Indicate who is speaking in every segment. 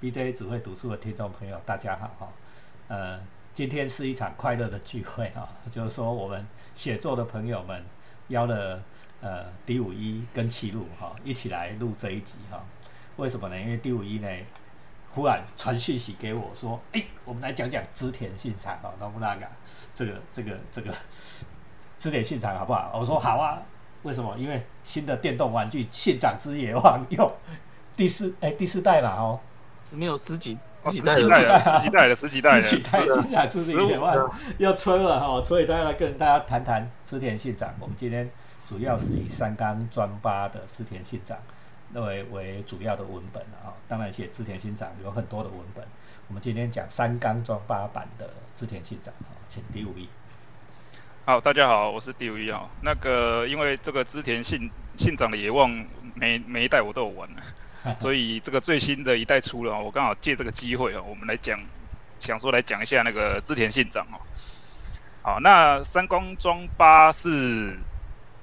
Speaker 1: BJ 只会读书的听众朋友，大家好哈。呃，今天是一场快乐的聚会哈、就是说我们写作的朋友们邀了呃第五一跟齐鲁哈一起来录这一集哈、为什么呢？因为第五一呢忽然传讯息给我说，哎、我们来讲讲织田信长哦，那不那个这个这个这个织田信长好不好？我说好啊。为什么？因为新的电动玩具《信长之野望》用第四哎、第四代嘛哦，
Speaker 2: 是没有十几十几代
Speaker 3: 十几
Speaker 2: 了，
Speaker 3: 代了，十几代了，十几代
Speaker 1: 自己带
Speaker 3: 了，是
Speaker 1: 自己带自己野
Speaker 3: 十
Speaker 1: 万
Speaker 3: 五
Speaker 1: 要春了哈，所以大家来跟大家谈谈织田信长。我们今天主要是以三冈专八的织田信长为为主要的文本啊，当然写织田信长有很多的文本。我们今天讲三冈专八版的织田信长啊，请第五一。
Speaker 3: 好，大家好，我是第五一号。那个，因为这个织田信信长的野望，每每一代我都有玩， 所以这个最新的一代出了哦，我刚好借这个机会哦，我们来讲，想说来讲一下那个织田信长哦。好，那三光庄八是，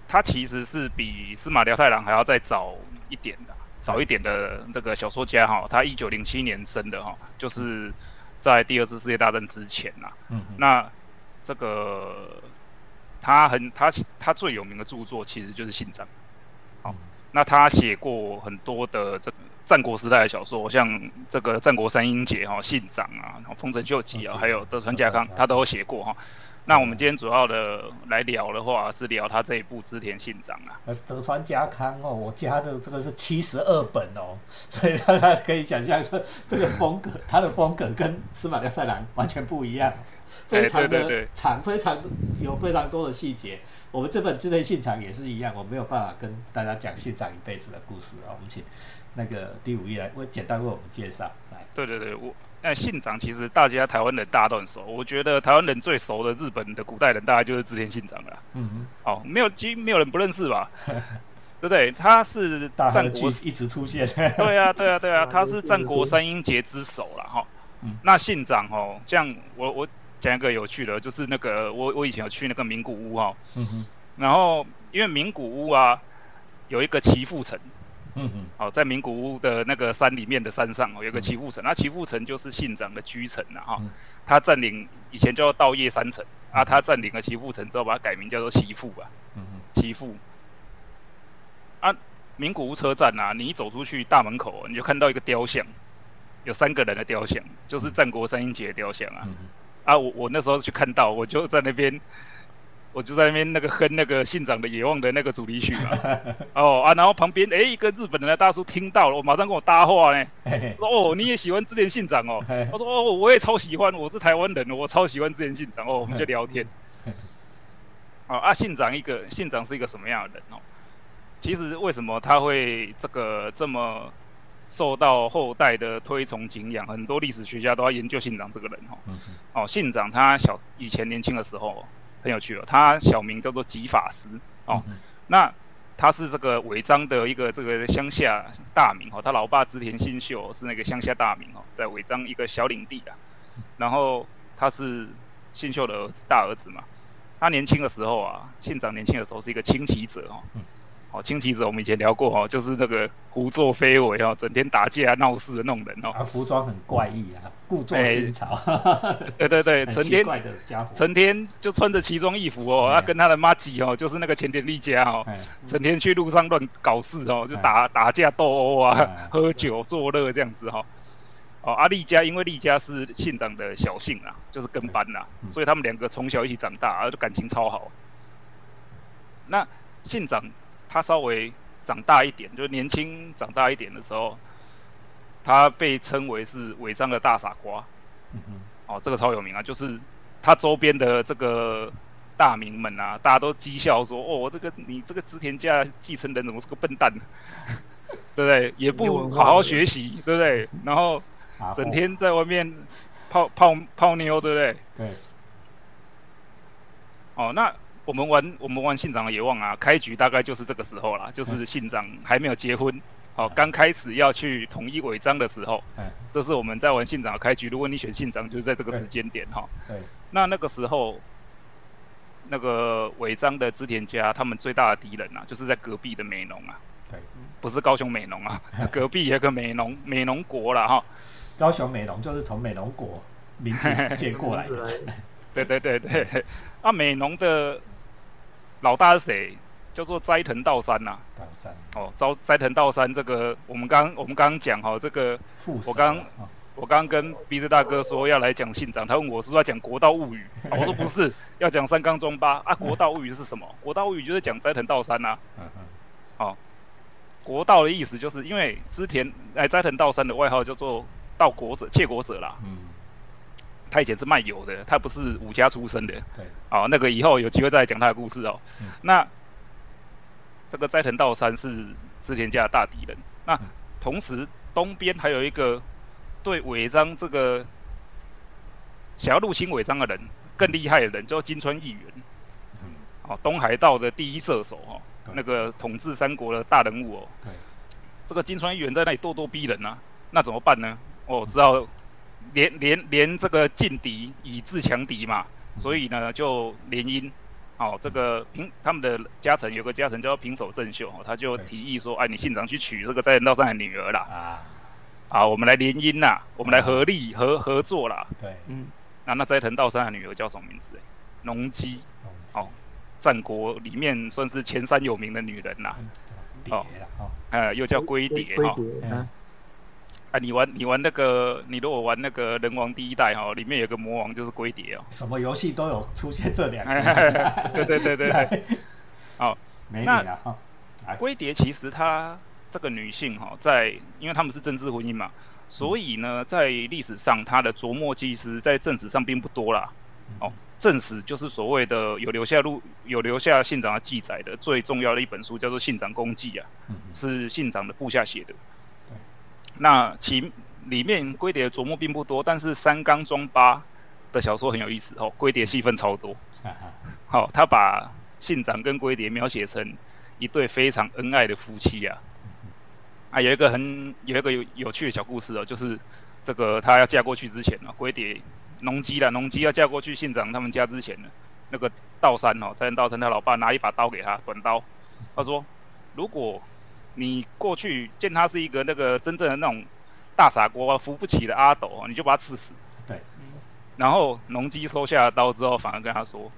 Speaker 3: 它其实是比司马辽太郎还要再早一点的，早一点的这个小说家哈、他一九零七年生的哈、就是在第二次世界大战之前呐、
Speaker 1: 嗯嗯
Speaker 3: 那这个他很他他最有名的著作其实就是《信长》。好，
Speaker 1: 嗯
Speaker 3: 那他写过很多的这个战国时代的小说，像这个《战国三英杰》哈，《信长》啊，然后《丰臣秀吉》
Speaker 1: 丰臣秀
Speaker 3: 啊，
Speaker 1: 吉
Speaker 3: 还有德川家
Speaker 1: 哦德川家，
Speaker 3: 康
Speaker 1: 康嗯
Speaker 3: 他都有写过哈。那我们今天主要的来聊的话，是聊他这一部《织田信长》啊。
Speaker 1: 呃，德川家康哦，我家的这个是七十二本哦， 所以大家可以想象说，这个风格，他的风格跟司马辽太郎完全不一样，非常
Speaker 3: 哎对对
Speaker 1: 的
Speaker 3: 对
Speaker 1: 长，非常有非常多的细节。我们这本《之内信长》也是一样，我没有办法跟大家讲信长一辈子的故事啊、我们请那个第五页来为简单为我们介绍来。
Speaker 3: 对对对，我那信长其实大家台湾人大家都很熟，我觉得台湾人最熟的日本的古代人，大概就是织田信长了啦。
Speaker 1: 嗯，
Speaker 3: 哦，没有几没有人不认识 吧？对不对？他是
Speaker 1: 大
Speaker 3: 战
Speaker 1: 和剧
Speaker 3: 国，
Speaker 1: 一直出现，
Speaker 3: 对啊，对啊，对
Speaker 2: 大
Speaker 3: 啊，
Speaker 2: 和
Speaker 3: 他是
Speaker 2: 剧
Speaker 3: 战国三英杰之首了哈。
Speaker 1: 嗯
Speaker 3: 那信长哦，像我我讲一个有趣的，就是那个我我以前有去那个名古屋哈、哦，
Speaker 1: 嗯哼，
Speaker 3: 然后因为名古屋啊有一个岐阜城，
Speaker 1: 嗯哼，
Speaker 3: 哦，在名古屋的那个山里面的山上哦，有个岐阜城，那岐阜城就是信长的居城了、啊、哈
Speaker 1: 嗯，
Speaker 3: 他占领以前叫稻叶山城啊，他占领了岐阜城之后，把它改名叫做岐阜啊。
Speaker 1: 嗯哼，
Speaker 3: 欺负啊，名古屋车站啊，你一走出去大门口，哦你就看到一个雕像，有三个人的雕像，就是战国三英杰的雕像啊。
Speaker 1: 嗯哼，
Speaker 3: 啊，我我那时候去看到，我就在那边，我就在那边那个哼那个信长的野望的那个主题曲嘛。哦啊，然后旁边诶一个日本人的大叔听到了，我马上跟我搭话呢，
Speaker 1: 嘿嘿，
Speaker 3: 说哦你也喜欢织田信长哦。
Speaker 1: 嘿
Speaker 3: 他说：“哦，我也超喜欢，我是台湾人，我超喜欢之前信长哦。”我们就聊天。啊啊，信长一个信长是一个什么样的人哦？其实为什么他会这个这么受到后代的推崇敬仰？很多历史学家都要研究信长这个人哦。
Speaker 1: 嗯
Speaker 3: 哦，信长他小以前年轻的时候很有趣哦，他小名叫做吉法师哦。
Speaker 1: 嗯
Speaker 3: 那他是这个违章的一个这个乡下大名哦，他老爸织田信秀是那个乡下大名哦，在违章一个小领地啊。然后他是信秀的儿子，大儿子嘛。他年轻的时候啊，信长年轻的时候是一个轻骑者哦
Speaker 1: 嗯。
Speaker 3: 哦，轻骑者我们以前聊过哦，就是那个胡作非为哦，整天打架闹事的那种人哦。
Speaker 1: 啊，服装很怪异啊，故作
Speaker 3: 哎
Speaker 1: 新潮，
Speaker 3: 对对对，
Speaker 1: 很
Speaker 3: 成
Speaker 1: 奇
Speaker 3: 天
Speaker 1: 怪的家伙，
Speaker 3: 成天就穿着奇装异服哦，
Speaker 1: 哎
Speaker 3: 他、跟他的妈吉哦，就是那个前田利家哦，
Speaker 1: 哎
Speaker 3: 整天去路上乱搞事哦，就
Speaker 1: 哎
Speaker 3: 打、打架斗殴啊，
Speaker 1: 哎
Speaker 3: 喝酒作乐这样子哈、哦。哦，阿、丽家因为丽家是信长的小姓啊，就是跟班呐、
Speaker 1: 嗯
Speaker 3: 所以他们两个从小一起长大，啊，就感情超好。那信长他稍微长大一点，就是年轻长大一点的时候，他被称为是违章的大傻瓜。
Speaker 1: 嗯哼。
Speaker 3: 哦，这个超有名啊，就是他周边的这个大名们啊，大家都讥笑说：“哦，这个你这个织田家继承人怎么是个笨蛋呢、 对不对？也
Speaker 2: 没文
Speaker 3: 不
Speaker 2: 化
Speaker 3: 好好
Speaker 2: 的
Speaker 3: 学习，对不对？然后
Speaker 1: 啊
Speaker 3: 整
Speaker 1: 哦
Speaker 3: 天在外面泡泡泡妞，对不对？
Speaker 1: 对，
Speaker 3: 哦，那我们玩我们玩信长的野望啊，开局大概就是这个时候啦，就是
Speaker 1: 嗯
Speaker 3: 信长还没有结婚，哦，刚开始要去统一违章的时候，
Speaker 1: 嗯，
Speaker 3: 这是我们在玩信长的开局。如果你选信长，就是在这个时间点哈、
Speaker 1: 对，
Speaker 3: 那那个时候，那个违章的织田家，他们最大的敌人啊，就是在隔壁的美浓啊，
Speaker 1: 对，嗯
Speaker 3: 不是高雄美浓啊，隔壁有个美浓美浓国了哈。
Speaker 1: 高雄美浓就是从美浓国名字借过来 的。
Speaker 3: 对对对
Speaker 1: 嗯
Speaker 3: 对，啊，美浓的老大是谁？叫做斋藤道三啊呐、
Speaker 1: 高山
Speaker 3: 哦，斋斋藤道三这个，我们刚我们刚刚讲哈，这个
Speaker 1: 副手
Speaker 3: 我刚
Speaker 1: 啊哦
Speaker 3: 我刚刚跟鼻子大哥说要来讲信长，他问我是不是要讲《国道物语》啊我说不是，要讲三冈中八啊。《国道物语》是什么？《国道物语》就是讲斋藤道三啊。
Speaker 1: 嗯嗯
Speaker 3: 国道的意思就是因为织田哎斋藤道三的外号叫做盗国者、窃国者啦。
Speaker 1: 嗯，
Speaker 3: 他以前是卖油的，他不是武家出身的。
Speaker 1: 对，
Speaker 3: 哦，那个以后有机会再来讲他的故事哦。
Speaker 1: 嗯
Speaker 3: 那这个斋藤道三是织田家的大敌人。那
Speaker 1: 嗯
Speaker 3: 同时东边还有一个对尾张这个想要入侵尾张的人更厉害的人，叫金川义元。
Speaker 1: 嗯
Speaker 3: 哦，东海道的第一射手哦
Speaker 1: 对，
Speaker 3: 那个统治三国的大人物哦。
Speaker 1: 对，
Speaker 3: 这个金川议员在那里咄咄逼人啊，那怎么办呢？哦，只好连连连这个劲敌以制强敌嘛，所以呢就联姻。哦，这个平他们的家臣有个家臣叫平手正秀，哦他就
Speaker 1: 对
Speaker 3: 提议说，哎，你信长去娶这个在人道上的女儿啦，
Speaker 1: 啊，
Speaker 3: 啊，我们来联姻啦，我
Speaker 1: 嗯
Speaker 3: 们来合力合合作啦。
Speaker 1: 对，
Speaker 2: 嗯，
Speaker 3: 那那斋藤道三的女儿叫什么名字？哎农姬，
Speaker 1: 弄起
Speaker 3: 好战国里面算是前三有名的女人呐、
Speaker 1: 嗯对
Speaker 3: 哦
Speaker 1: 叠了哈，
Speaker 3: 呃，又叫龟蝶哈、
Speaker 2: 龟蝶，
Speaker 1: 嗯
Speaker 2: 嗯
Speaker 3: 啊，你玩你玩那个，你如果玩那个人王第一代哈、哦，里面有个魔王就是龟 蝶哦。
Speaker 1: 什么游戏都有出现这两 个，
Speaker 3: 对对对对对，好，
Speaker 1: 美女
Speaker 3: 那
Speaker 1: 啊哈，
Speaker 3: 龟蝶其实她这个女性哈、在因为他们是政治婚姻嘛，所以呢，在历史上她的琢磨技师在正史上并不多啦。
Speaker 1: 嗯
Speaker 3: 哦，正史就是所谓的有留下录有留下信长的记载的最重要的一本书，叫做《信长公记》啊。
Speaker 1: 嗯嗯
Speaker 3: 是信长的部下写的。那其里面龟蝶的琢磨并不多，但是三冈庄八的小说很有意思哦，龟蝶戏份超多。
Speaker 1: 哈啊哈，
Speaker 3: 好、他把信长跟龟蝶描写成一对非常恩爱的夫妻啊。啊，有一个很有一个有有趣的小故事哦，就是这个她要嫁过去之前呢、龟蝶农姬啦，农姬要嫁过去信长他们家之前呢，那个道山哦，在道山他老爸拿一把刀给他，短刀，他说如果你过去见他是一个那个真正的那种大傻瓜、扶不起的阿斗哦，你就把他刺死。
Speaker 1: 对。
Speaker 3: 然后农姬收下了刀之后，反而跟他说：“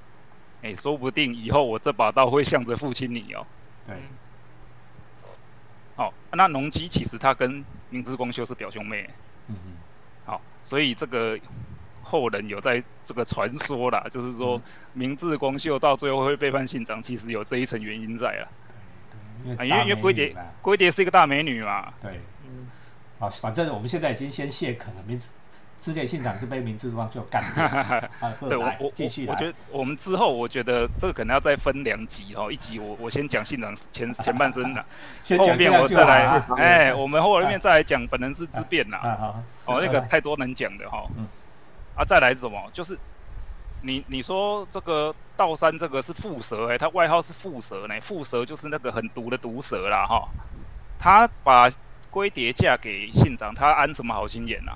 Speaker 3: 哎、说不定以后我这把刀会向着父亲你哦。
Speaker 1: 对，
Speaker 3: 哦，那农姬其实她跟明智光秀是表兄妹，
Speaker 1: 嗯嗯，
Speaker 3: 好、所以这个后人有在这个传说啦，就是
Speaker 1: 嗯
Speaker 3: 说明智光秀到最后会背叛信长，其实有这一层原因在啦。
Speaker 1: 对
Speaker 3: 啊，
Speaker 1: 对，
Speaker 3: 因为因为
Speaker 1: 大
Speaker 3: 龟
Speaker 1: 美女
Speaker 3: 蝶
Speaker 1: 嘛
Speaker 3: 龟蝶是一个大美女嘛，
Speaker 1: 对，
Speaker 2: 嗯，
Speaker 1: 好，啊反正我们现在已经先卸坑了，明治之前信长是被明治光就干掉 了，啊，不
Speaker 3: 对我
Speaker 1: 来
Speaker 3: 我
Speaker 1: 继续
Speaker 3: 我
Speaker 1: 来，
Speaker 3: 我觉得我们之后，我觉得这个可能要再分两集哦，一集我我先讲信长前前半生啦，
Speaker 1: 先
Speaker 3: 后
Speaker 1: 讲这
Speaker 3: 面
Speaker 1: 样
Speaker 3: 我
Speaker 1: 就
Speaker 3: 再
Speaker 1: 好
Speaker 3: 来
Speaker 1: 啊，
Speaker 3: 哎，我们后面再来讲本能寺之变啦。
Speaker 1: 啊好，
Speaker 3: 哦，那个太多能讲的哈、
Speaker 1: 嗯
Speaker 3: 啊，再来是什么？就是你你说这个道山这个是蝮蛇哎、他外号是蝮蛇呢、蝮蛇就是那个很毒的毒蛇啦哈、他把龟蝶嫁给信长，他安什么好心眼啊？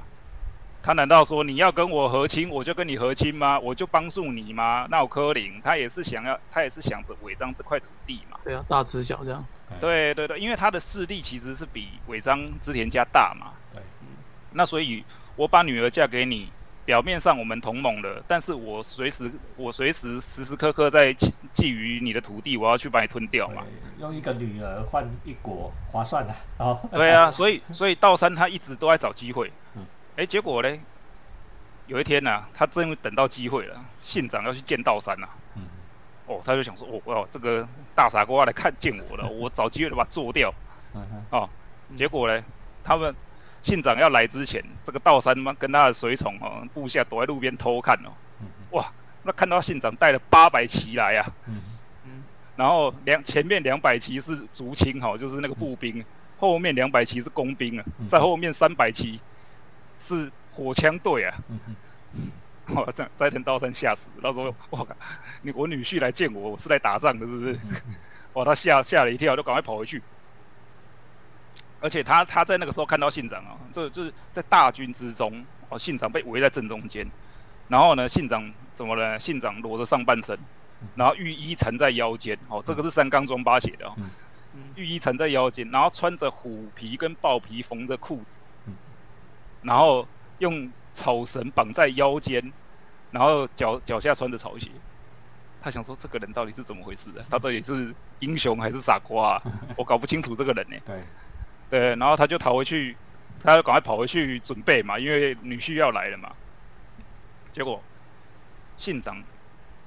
Speaker 3: 他难道说你要跟我和亲，我就跟你和亲吗？我就帮助你吗？那我柯林他也是想要，他也是想着违章这块土地嘛。
Speaker 2: 对啊，大吃小这样，
Speaker 1: 哎
Speaker 3: 对对对，因为他的势力其实是比尾张织田家大嘛。
Speaker 1: 对
Speaker 2: 嗯，
Speaker 3: 那所以我把女儿嫁给你，表面上我们同盟了，但是我随时我随时时时刻刻在觊觊觎你的土地，我要去把你吞掉
Speaker 1: 对
Speaker 3: 嘛。
Speaker 1: 哎用一个女儿换一国，划算啊，好，
Speaker 3: 对啊，所以所以道三他一直都在找机会
Speaker 1: 嗯，
Speaker 3: 哎，结果嘞，有一天呢、啊他终于等到机会了，信长要去见道三呐、
Speaker 1: 嗯，
Speaker 3: 哦，他就想说，哦，哦，这个大傻瓜来看见我了，我找机会把他做掉。
Speaker 1: 嗯哼
Speaker 3: 结果嘞，他们信长要来之前，这个道三嘛跟他的随从哦部下躲在路边偷看哦，
Speaker 1: 嗯
Speaker 3: 哇，那看到信长带了八百骑来啊，
Speaker 1: 嗯
Speaker 2: 嗯，
Speaker 3: 然后两前面两百骑是竹青哈、哦，就是那个步兵，后面两百骑是工兵啊
Speaker 1: 嗯，
Speaker 3: 在后面三百骑是火枪队啊，哦
Speaker 1: 嗯嗯，
Speaker 3: 哇，这斋藤道三吓死，那时候哇，你我女婿来见我，我是来打仗的，是不
Speaker 1: 嗯
Speaker 3: 是？哇，他吓吓了一跳，就赶快跑回去。而且他他在那个时候看到信长啊，这就是在大军之中哦，信长被围在正中间，然后呢，信长怎么了呢？信长裸着上半身，然后御衣缠在腰间，哦，这个是三冈庄八写的哦
Speaker 1: 嗯，
Speaker 2: 嗯
Speaker 3: 御衣缠在腰间，然后穿着虎皮跟豹皮缝的裤子
Speaker 1: 嗯，
Speaker 3: 然后用草绳绑在腰间，然后脚脚下穿着草鞋。他想说这个人到底是怎么回事啊？他到底是英雄还是傻瓜、啊？我搞不清楚这个人呢、
Speaker 1: 对，
Speaker 3: 对，然后他就逃回去，他就赶快跑回去准备嘛，因为女婿要来了嘛。结果信长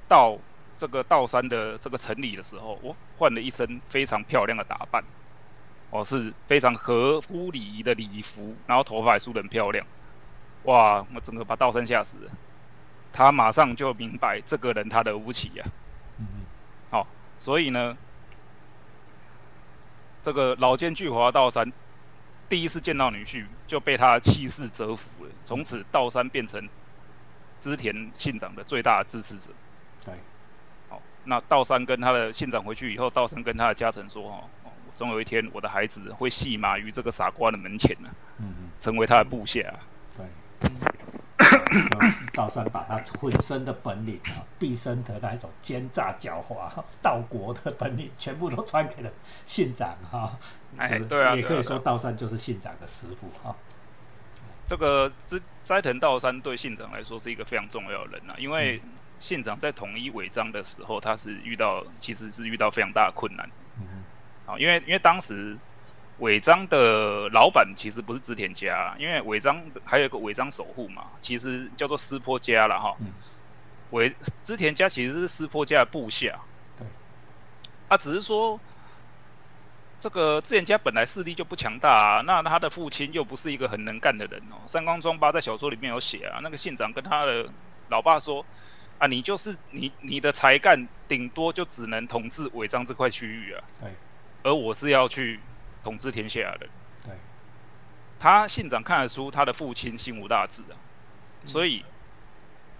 Speaker 3: 到这个道山的这个城里的时候，我换了一身非常漂亮的打扮，哦，是非常合乎礼仪的礼服，然后头发也梳得很漂亮，哇，我整个把道山吓死了。他马上就明白这个人他的无耻呀、啊
Speaker 1: 嗯嗯，
Speaker 3: 所以呢，这个老奸巨猾的道三第一次见到女婿就被他的气势折服了，从此道三变成织田信长的最大的支持者。
Speaker 1: 对，
Speaker 3: 好，那道三跟他的信长回去以后，道三跟他的家臣说：“哦，哦总有一天我的孩子会戏马于这个傻瓜的门前呢、
Speaker 1: 嗯嗯，
Speaker 3: 成为他的部下、啊。
Speaker 1: 对。就道三把他浑身的本领啊，毕生的那一种奸诈、狡猾、盗国的本领，全部都传给了信长哈。
Speaker 3: 哎
Speaker 1: 就是
Speaker 3: 对啊
Speaker 1: 也可
Speaker 3: 对
Speaker 1: 以
Speaker 3: 啊
Speaker 1: 说道三就是信长的师傅哈。
Speaker 3: 这个织斋藤道三对信长来说是一个非常重要的人啊，因为信长在统一违章的时候，他是遇到其实是遇到非常大的困难
Speaker 1: 嗯
Speaker 3: 啊，因为因为当时违章的老板其实不是织田家，啊因为违章的还有一个违章守护嘛，其实叫做斯坡家了哈
Speaker 1: 嗯。
Speaker 3: 违织田家其实是斯坡家的部下，
Speaker 1: 对，
Speaker 3: 啊，只是说这个自田家本来势力就不强大啊，那他的父亲又不是一个很能干的人哦。三冈庄八在小说里面有写啊，那个信长跟他的老爸说啊，你就是你你的才干顶多就只能统治尾张这块区域啊，
Speaker 1: 对，
Speaker 3: 而我是要去统治天下的。
Speaker 1: 对，
Speaker 3: 他信长看得出他的父亲心无大志啊，所以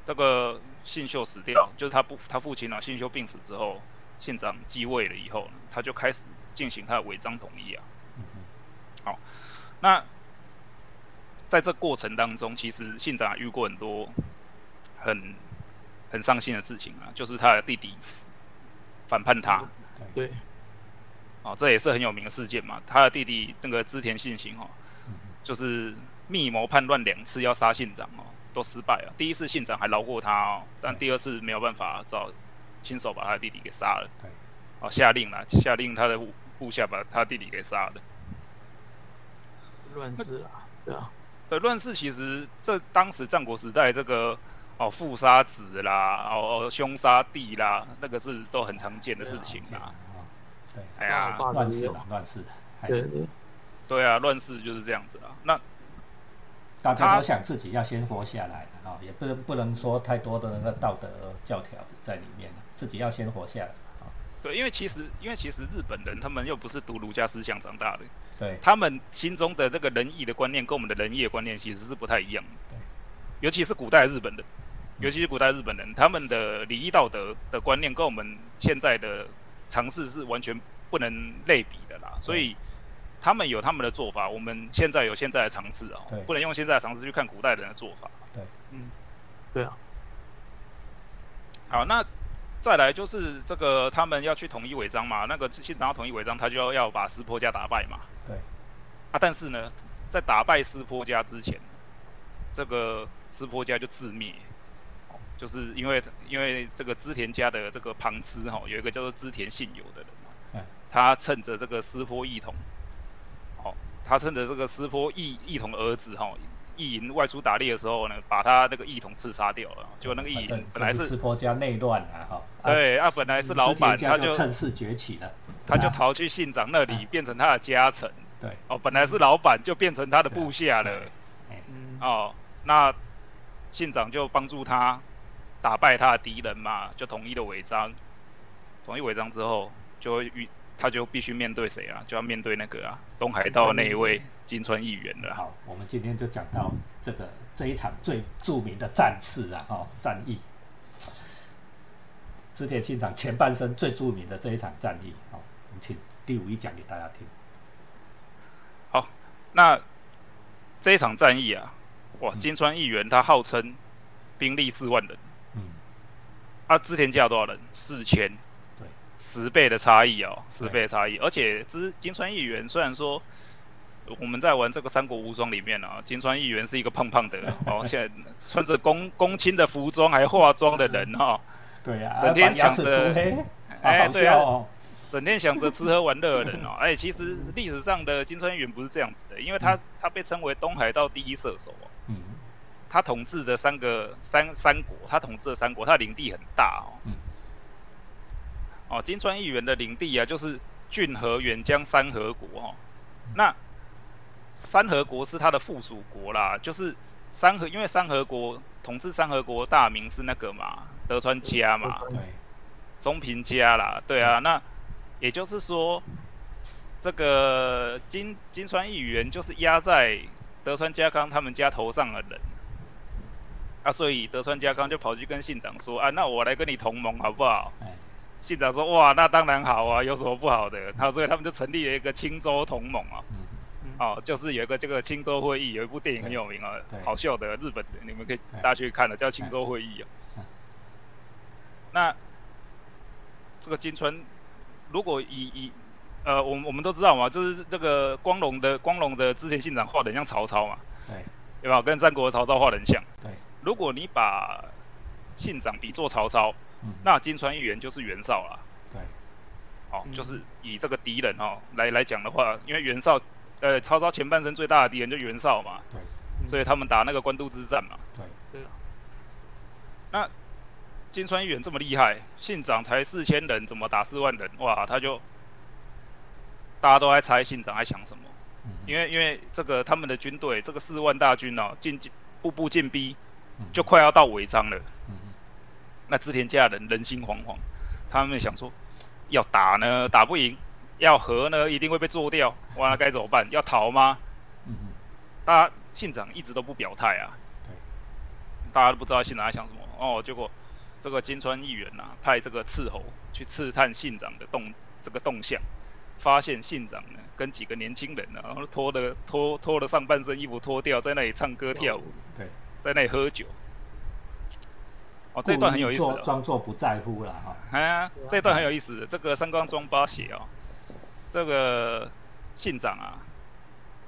Speaker 3: 这个信秀死掉，就是他不他父亲啊，信秀病死之后，信长继位了以后呢，他就开始进行他的违章统一啊。
Speaker 1: 嗯嗯
Speaker 3: 那在这过程当中，其实信长也遇过很多很很伤心的事情啊，就是他的弟弟反叛他啊、
Speaker 1: 对，
Speaker 2: 对，
Speaker 3: 哦这也是很有名的事件嘛。他的弟弟那个织田信行哦，
Speaker 1: 嗯
Speaker 3: 就是密谋叛乱两次要杀信长哦，都失败了。第一次信长还饶过他哦，但第二次没有办法，只好亲手把他的弟弟给杀了。
Speaker 1: 对，
Speaker 3: 哦，下令了，下令他的部部下把他弟弟给杀了。
Speaker 2: 乱世啊，对啊，
Speaker 3: 对，乱世其实这当时战国时代这个哦父杀子啦，哦哦兄杀弟啦，那个是都很常见的事情
Speaker 1: 啊
Speaker 3: 啊。，
Speaker 1: 对，
Speaker 3: 哎
Speaker 2: 杀
Speaker 3: 呀
Speaker 2: 老，爸
Speaker 1: 乱
Speaker 2: 的也
Speaker 1: 世
Speaker 2: 有
Speaker 1: 啦，乱世啦，哎
Speaker 2: 对对，
Speaker 3: 对啊，乱世就是这样子啊。那
Speaker 1: 大家都想自己要先活下来啊、也不能不能说太多的那个道德教条在里面了，自己要先活下来啊、
Speaker 3: 对，因为其实因为其实日本人他们又不是读儒家思想长大的，
Speaker 1: 对，
Speaker 3: 他们心中的这个仁义的观念跟我们的仁义的观念其实是不太一样的
Speaker 1: 对。
Speaker 3: 尤其是古代日本人，尤其是古代日本人，他们的礼义道德的观念跟我们现在的尝试是完全不能类比的啦。所以他们有他们的做法，我们现在有现在的尝试啊
Speaker 1: 对，
Speaker 3: 不能用现在的尝试去看古代人的做法。
Speaker 2: 对啊，
Speaker 3: 好，那再来就是这个他们要去统一违章嘛，那个信长要统一违章，他就要要把斯坡家打败嘛。
Speaker 1: 对。
Speaker 3: 啊，但是呢，在打败斯坡家之前，这个斯坡家就自灭，哦就是因为因为这个织田家的这个旁支哈、有一个叫做织田信友的人嘛，
Speaker 1: 嗯
Speaker 3: 他趁着这个斯坡义统，哦，他趁着这个斯坡义义统的儿子哈、义营外出打猎的时候呢，把他那个义统刺杀掉了，结果那个义
Speaker 1: 反
Speaker 3: 营
Speaker 1: 正
Speaker 3: 本来
Speaker 1: 就是是婆家内乱啊，哈、啊，
Speaker 3: 对啊，本来是老板，
Speaker 1: 织田家
Speaker 3: 他
Speaker 1: 就
Speaker 3: 就
Speaker 1: 趁势崛起了，
Speaker 3: 他就逃去信长那里，变成他的家臣。
Speaker 1: 对，
Speaker 3: 哦，本来是老板，就变成他的部下了。
Speaker 1: 对
Speaker 2: 嗯，
Speaker 3: 哦，那信长就帮助他打败他的敌人嘛，就统一了违章。统一违章之后，就会遇他就必须面对谁啊？就要面对那个啊，东海道那一位金川议员了。
Speaker 1: 好，我们今天就讲到这个这一场最著名的战事啊，哈、战役，织田信长前半生最著名的这一场战役，好、我们请第五一讲给大家听，
Speaker 3: 那这一场战役啊，哇，
Speaker 1: 嗯
Speaker 3: 金川议员他号称兵力四万人。
Speaker 1: 嗯，
Speaker 3: 啊，织田家有多少人？四千，
Speaker 1: 对，
Speaker 3: 十倍的差异哦，
Speaker 1: 对
Speaker 3: 十倍的差异。而且织金川议员虽然说我们在玩这个《三国无双》里面啊，金川议员是一个胖胖的 哦，现在穿着公公卿的服装还化妆的人哈、哦，
Speaker 1: 对呀、啊，
Speaker 3: 整天
Speaker 1: 把牙齿
Speaker 3: 想着
Speaker 1: 涂黑，
Speaker 3: 哎
Speaker 1: 好好
Speaker 3: 对啊
Speaker 1: 笑哦，
Speaker 3: 整天想着吃喝玩乐的人哦。哎，其实历史上的金川议员不是这样子的，因为他他被称为东海道第一射手哦。
Speaker 1: 嗯
Speaker 3: 他统治的三个三三国，他统治的三国，他的领地很大哦。
Speaker 1: 嗯
Speaker 3: 哦，金川议员的领地啊，就是郡河、远江三河国哦。那三河国是他的附属国啦，就是三河，因为三河国统治三河国大名是那个嘛，德川家
Speaker 2: 啊
Speaker 3: 嘛，
Speaker 1: 对，
Speaker 3: 中平家啦，对啊，那也就是说，这个金金川议员就是压在德川家康他们家头上的人啊，所以德川家康就跑去跟信长说啊，那我来跟你同盟好不好？
Speaker 1: 哎
Speaker 3: 信长说哇，那当然好啊，有什么不好的？他所以他们就成立了一个青州同盟啊，
Speaker 1: 嗯
Speaker 3: 哦，就是有一个这个青州会议，有一部电影很有名啊
Speaker 1: 对，
Speaker 3: 好笑的日本的，你们可以
Speaker 1: 对
Speaker 3: 大家去看了，叫《青州会议》
Speaker 1: 嗯
Speaker 3: 啊。那这个金川，如果以以呃，我们我们都知道嘛，就是这个光荣的光荣的之前信长画的像曹操嘛，
Speaker 1: 对
Speaker 3: 对吧？跟战国的曹操画的很像。
Speaker 1: 对，
Speaker 3: 如果你把信长比作曹操，
Speaker 1: 嗯
Speaker 3: 那金川议员就是袁绍啦。
Speaker 1: 对
Speaker 3: 哦，
Speaker 2: 嗯
Speaker 3: 就是以这个敌人哦来来讲的话，因为袁绍，呃，曹操前半生最大的敌人就袁绍嘛，
Speaker 1: 对
Speaker 3: 所以他们打那个官渡之战嘛，
Speaker 1: 对，
Speaker 2: 对啊，
Speaker 3: 金川议员这么厉害，信长才四千人，怎么打四万人？哇，他就大家都在猜信长在想什么，
Speaker 1: 嗯
Speaker 3: 因为因为这个他们的军队这个四万大军哦，进进步步进逼，
Speaker 1: 嗯
Speaker 3: 就快要到尾张了。
Speaker 1: 嗯
Speaker 3: 那织田家的人人心惶惶，他们想说，要打呢打不赢，要和呢一定会被做掉，哇，那该怎么办？要逃吗？
Speaker 1: 嗯嗯
Speaker 3: 大家信长一直都不表态啊
Speaker 1: 对，
Speaker 3: 大家都不知道信长在想什么哦。结果这个金川议员呐、派这个斥候去刺探信长的动这个动向，发现信长呢跟几个年轻人呢、然后脱了脱脱了上半身衣服脱掉，在那里唱歌跳舞，
Speaker 1: 对，
Speaker 3: 在那里喝酒。哦，这一段很有意思、
Speaker 1: 故意
Speaker 3: 哦
Speaker 1: 做。装作不在乎了哈，
Speaker 3: 啊
Speaker 2: 对啊，
Speaker 3: 这段很有意思。这个三冈庄八写哦，这个信长啊，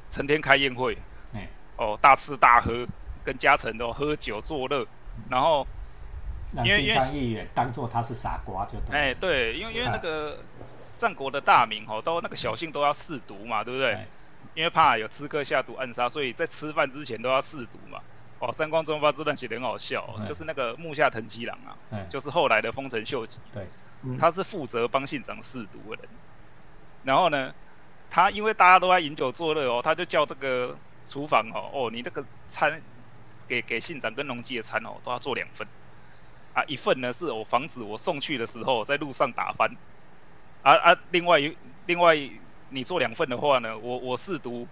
Speaker 3: 成天开宴会
Speaker 1: 哎，
Speaker 3: 哦，大吃大喝，跟家臣都喝酒作乐，
Speaker 1: 嗯
Speaker 3: 然后
Speaker 1: 让
Speaker 3: 因为
Speaker 1: 金昌议员当做他是傻瓜就对了，
Speaker 3: 哎，对，因为因为
Speaker 1: 啊
Speaker 3: 那个战国的大名哦，都那个小姓都要试毒嘛，对不对
Speaker 1: 哎？
Speaker 3: 因为怕有刺客下毒暗杀，所以在吃饭之前都要试毒嘛。哦，三光中发这段写的很好笑哦、
Speaker 1: 哎
Speaker 3: 就是那个木下藤吉郎啊，
Speaker 1: 哎
Speaker 3: 就是后来的丰臣秀吉，
Speaker 1: 对，
Speaker 2: 嗯
Speaker 3: 他是负责帮信长试毒的人。然后呢，他因为大家都在饮酒作乐哦，他就叫这个厨房哦，哦，你这个餐给给信长跟农机的餐哦，都要做两份啊，一份呢是我防止我送去的时候在路上打翻，啊啊，另外一另外你做两份的话呢，我我试毒，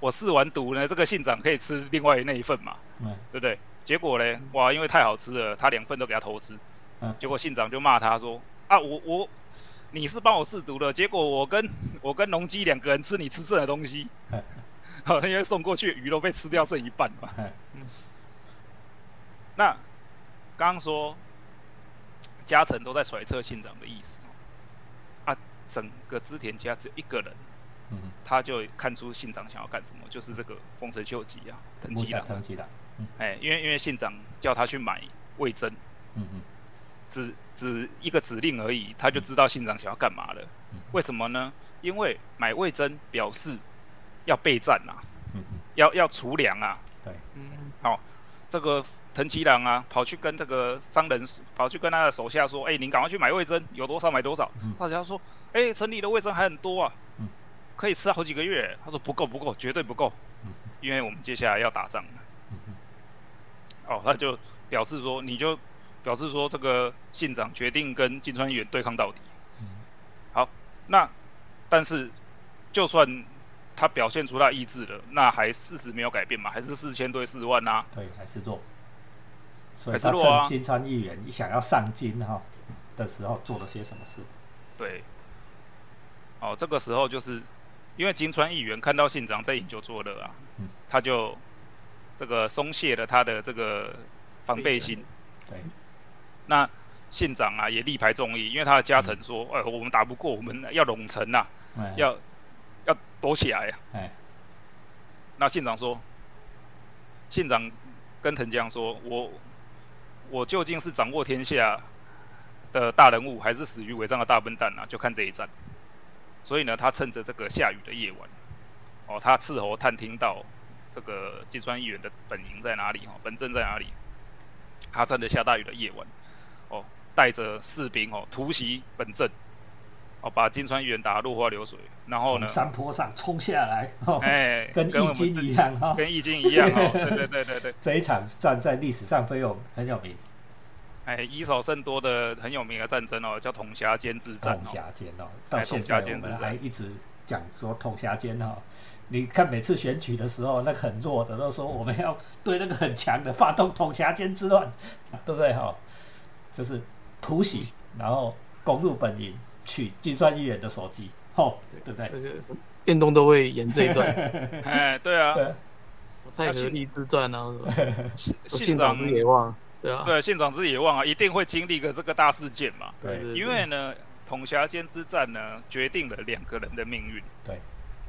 Speaker 3: 我试完毒呢，这个信长可以吃另外那一份嘛，
Speaker 1: 嗯
Speaker 3: 对不对？结果嘞，哇，因为太好吃了，他两份都给他偷吃。
Speaker 1: 嗯
Speaker 3: 结果信长就骂他说：“啊，我我你是帮我试毒的，结果我跟 我跟农机两个人吃你吃剩的东西，
Speaker 1: 嗯
Speaker 3: 好， 因为送过去的鱼都被吃掉剩一半嘛。
Speaker 1: 嗯
Speaker 3: 那刚刚说家臣都在揣测信长的意思啊，整个织田家只有一个人，
Speaker 1: 嗯，
Speaker 3: 他就看出信长想要干什么，就是这个丰臣秀吉啊，藤
Speaker 1: 木
Speaker 3: 吉
Speaker 1: 下
Speaker 3: 郎。”
Speaker 1: 藤吉郎，
Speaker 3: 哎，因为因为信长叫他去买味增，
Speaker 1: 嗯嗯
Speaker 3: 只只一个指令而已，他就知道信长想要干嘛了
Speaker 1: 嗯。
Speaker 3: 为什么呢？因为买味增表示要备战啊，
Speaker 1: 嗯嗯，
Speaker 3: 要要储粮啊。
Speaker 2: 嗯
Speaker 3: 这个藤吉郎啊，跑去跟这个商人，跑去跟他的手下说：“哎、你赶快去买味增，有多少买多少。
Speaker 1: 嗯
Speaker 3: 大家说：“哎、城里的味增还很多啊，
Speaker 1: 嗯
Speaker 3: 可以吃好几个月。”他说：“不够，不够，绝对不够
Speaker 1: 嗯，
Speaker 3: 因为我们接下来要打仗了。”
Speaker 1: 嗯嗯
Speaker 3: 哦，他就表示说，你就表示说，这个信长决定跟金川远对抗到底。
Speaker 1: 嗯
Speaker 3: 好，那但是就算他表现出他意志了，那还事实没有改变嘛，还是四千对四万啊。
Speaker 1: 对，还是弱，所以
Speaker 3: 还是
Speaker 1: 他
Speaker 3: 弱啊
Speaker 1: 趁金川议员想要上京哈的时候做了些什么事？
Speaker 3: 对，哦，这个时候就是因为金川议员看到信长在饮酒作乐啊，
Speaker 1: 嗯
Speaker 3: 他就这个松懈了他的这个防备心。
Speaker 2: 啊
Speaker 1: 对，
Speaker 3: 那信长啊也力
Speaker 1: 嗯
Speaker 3: 排众议，因为他的家臣说，哎，我们打不过，我们要拢城啊。
Speaker 1: 哎
Speaker 3: 要要躲起来。啊
Speaker 1: 哎，
Speaker 3: 那县长说，县长跟藤江说，我我究竟是掌握天下的大人物，还是死于违章的大笨蛋啊？就看这一战。所以呢，他趁着这个下雨的夜晚，哦，他斥候探听到这个金川议员的本营在哪里，哦，本镇在哪里。他趁着下大雨的夜晚，哦，带着士兵哦突袭本镇，哦，把金川议员打得落花流水。然后
Speaker 1: 从
Speaker 3: 呢，
Speaker 1: 山坡上冲下来，哦，
Speaker 3: 哎，
Speaker 1: 跟
Speaker 3: 跟我
Speaker 1: 易
Speaker 3: 们
Speaker 1: 经
Speaker 3: 自
Speaker 1: 一样哈、哦。
Speaker 3: 跟易经一样 哦，对对对对对，
Speaker 1: 这一场战在历史上非常很有名，
Speaker 3: 哎，以少胜多的很有名的战争哦，叫统辖间之战
Speaker 1: 痛
Speaker 3: 哦，
Speaker 1: 下间哦，到
Speaker 3: 哎
Speaker 1: 现
Speaker 3: 痛
Speaker 1: 在
Speaker 3: 下
Speaker 1: 我
Speaker 3: 间
Speaker 1: 们
Speaker 3: 之战
Speaker 1: 还一直讲说痛下间哦。你看每次选举的时候，那个很弱的都说我们要对那个很强的发动统辖间之乱，对不对哈、就是突袭，然后攻入本营，取金川议员的手机，吼、对不对？
Speaker 2: 那个电动都会演这一 段，
Speaker 3: 哎，对啊，
Speaker 1: 对
Speaker 2: 太和力之战啊，什
Speaker 3: 县
Speaker 2: 么
Speaker 3: 县
Speaker 2: 信
Speaker 3: 长
Speaker 2: 长之野望，对啊，
Speaker 3: 对县长自己也忘啊，一定会经历个这个大事件嘛，
Speaker 1: 对
Speaker 2: 对
Speaker 3: 因为呢，统辖间之战呢，决定了两个人的命运，
Speaker 1: 对，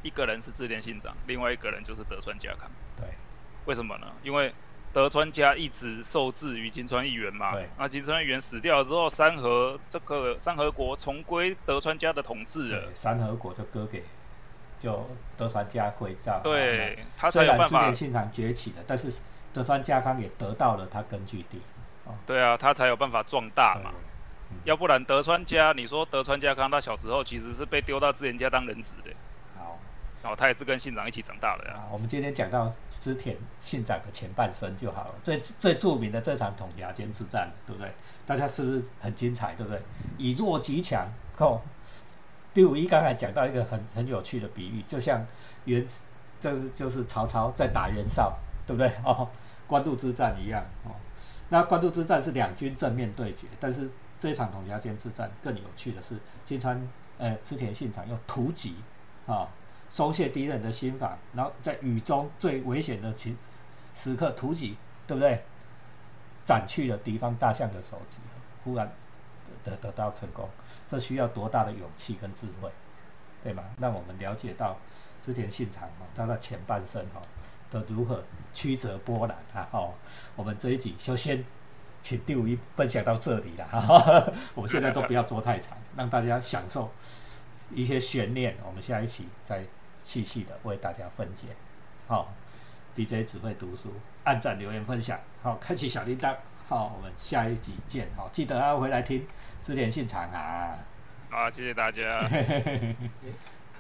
Speaker 3: 一个人是志田信长，另外一个人就是德川家康，
Speaker 1: 对，
Speaker 3: 为什么呢？因为德川家一直受制于金川议员嘛
Speaker 1: 对，
Speaker 3: 那金川议员死掉了之后，三河这个三河国重归德川家的统治了
Speaker 1: 对，，三河国就割给就德川家徽照，
Speaker 3: 对他才
Speaker 1: 啊虽
Speaker 3: 有
Speaker 1: 然
Speaker 3: 办
Speaker 1: 织田
Speaker 3: 法，
Speaker 1: 信长崛起了，但是德川家康也得到了他根据地
Speaker 3: 对啊，他才有办法壮大嘛。
Speaker 1: 对
Speaker 3: 要不然德川家，你说德川家康他小时候其实是被丢到之前家当人质的，
Speaker 1: 好，
Speaker 3: 然后他也是跟信长一起长大的啊。
Speaker 1: 啊，我们今天讲到织田信长的前半生就好了。最最著名的这场统辖间之战，对不对？大家是不是很精彩，对不对？以弱击强，哦。第五一刚才讲到一个很很有趣的比喻，就像袁，就是就是曹操在打袁绍，对不对？ 哦，官渡之战一样哦。那官渡之战是两军正面对决，但是这场统辖间之战更有趣的是，金川呃织田信长用突击啊、松懈敌人的心防，然后在雨中最危险的情时刻突袭，对不对？斩去了敌方大象的首级，忽然得得得到成功，这需要多大的勇气跟智慧，对吗？让我们了解到织田信长哦，他的前半生哦的如何曲折波澜啊！哦，我们这一集就先请第五一分享到这里了，哈， 我们现在都不要做太长，让大家享受一些悬念，我们下一期再细细的为大家分解。好、DJ 只会读书，按赞、留言、分享，好、开启小铃铛，好、我们下一集见，好、记得要回来听之前现场啊。
Speaker 3: 啊，谢谢大家。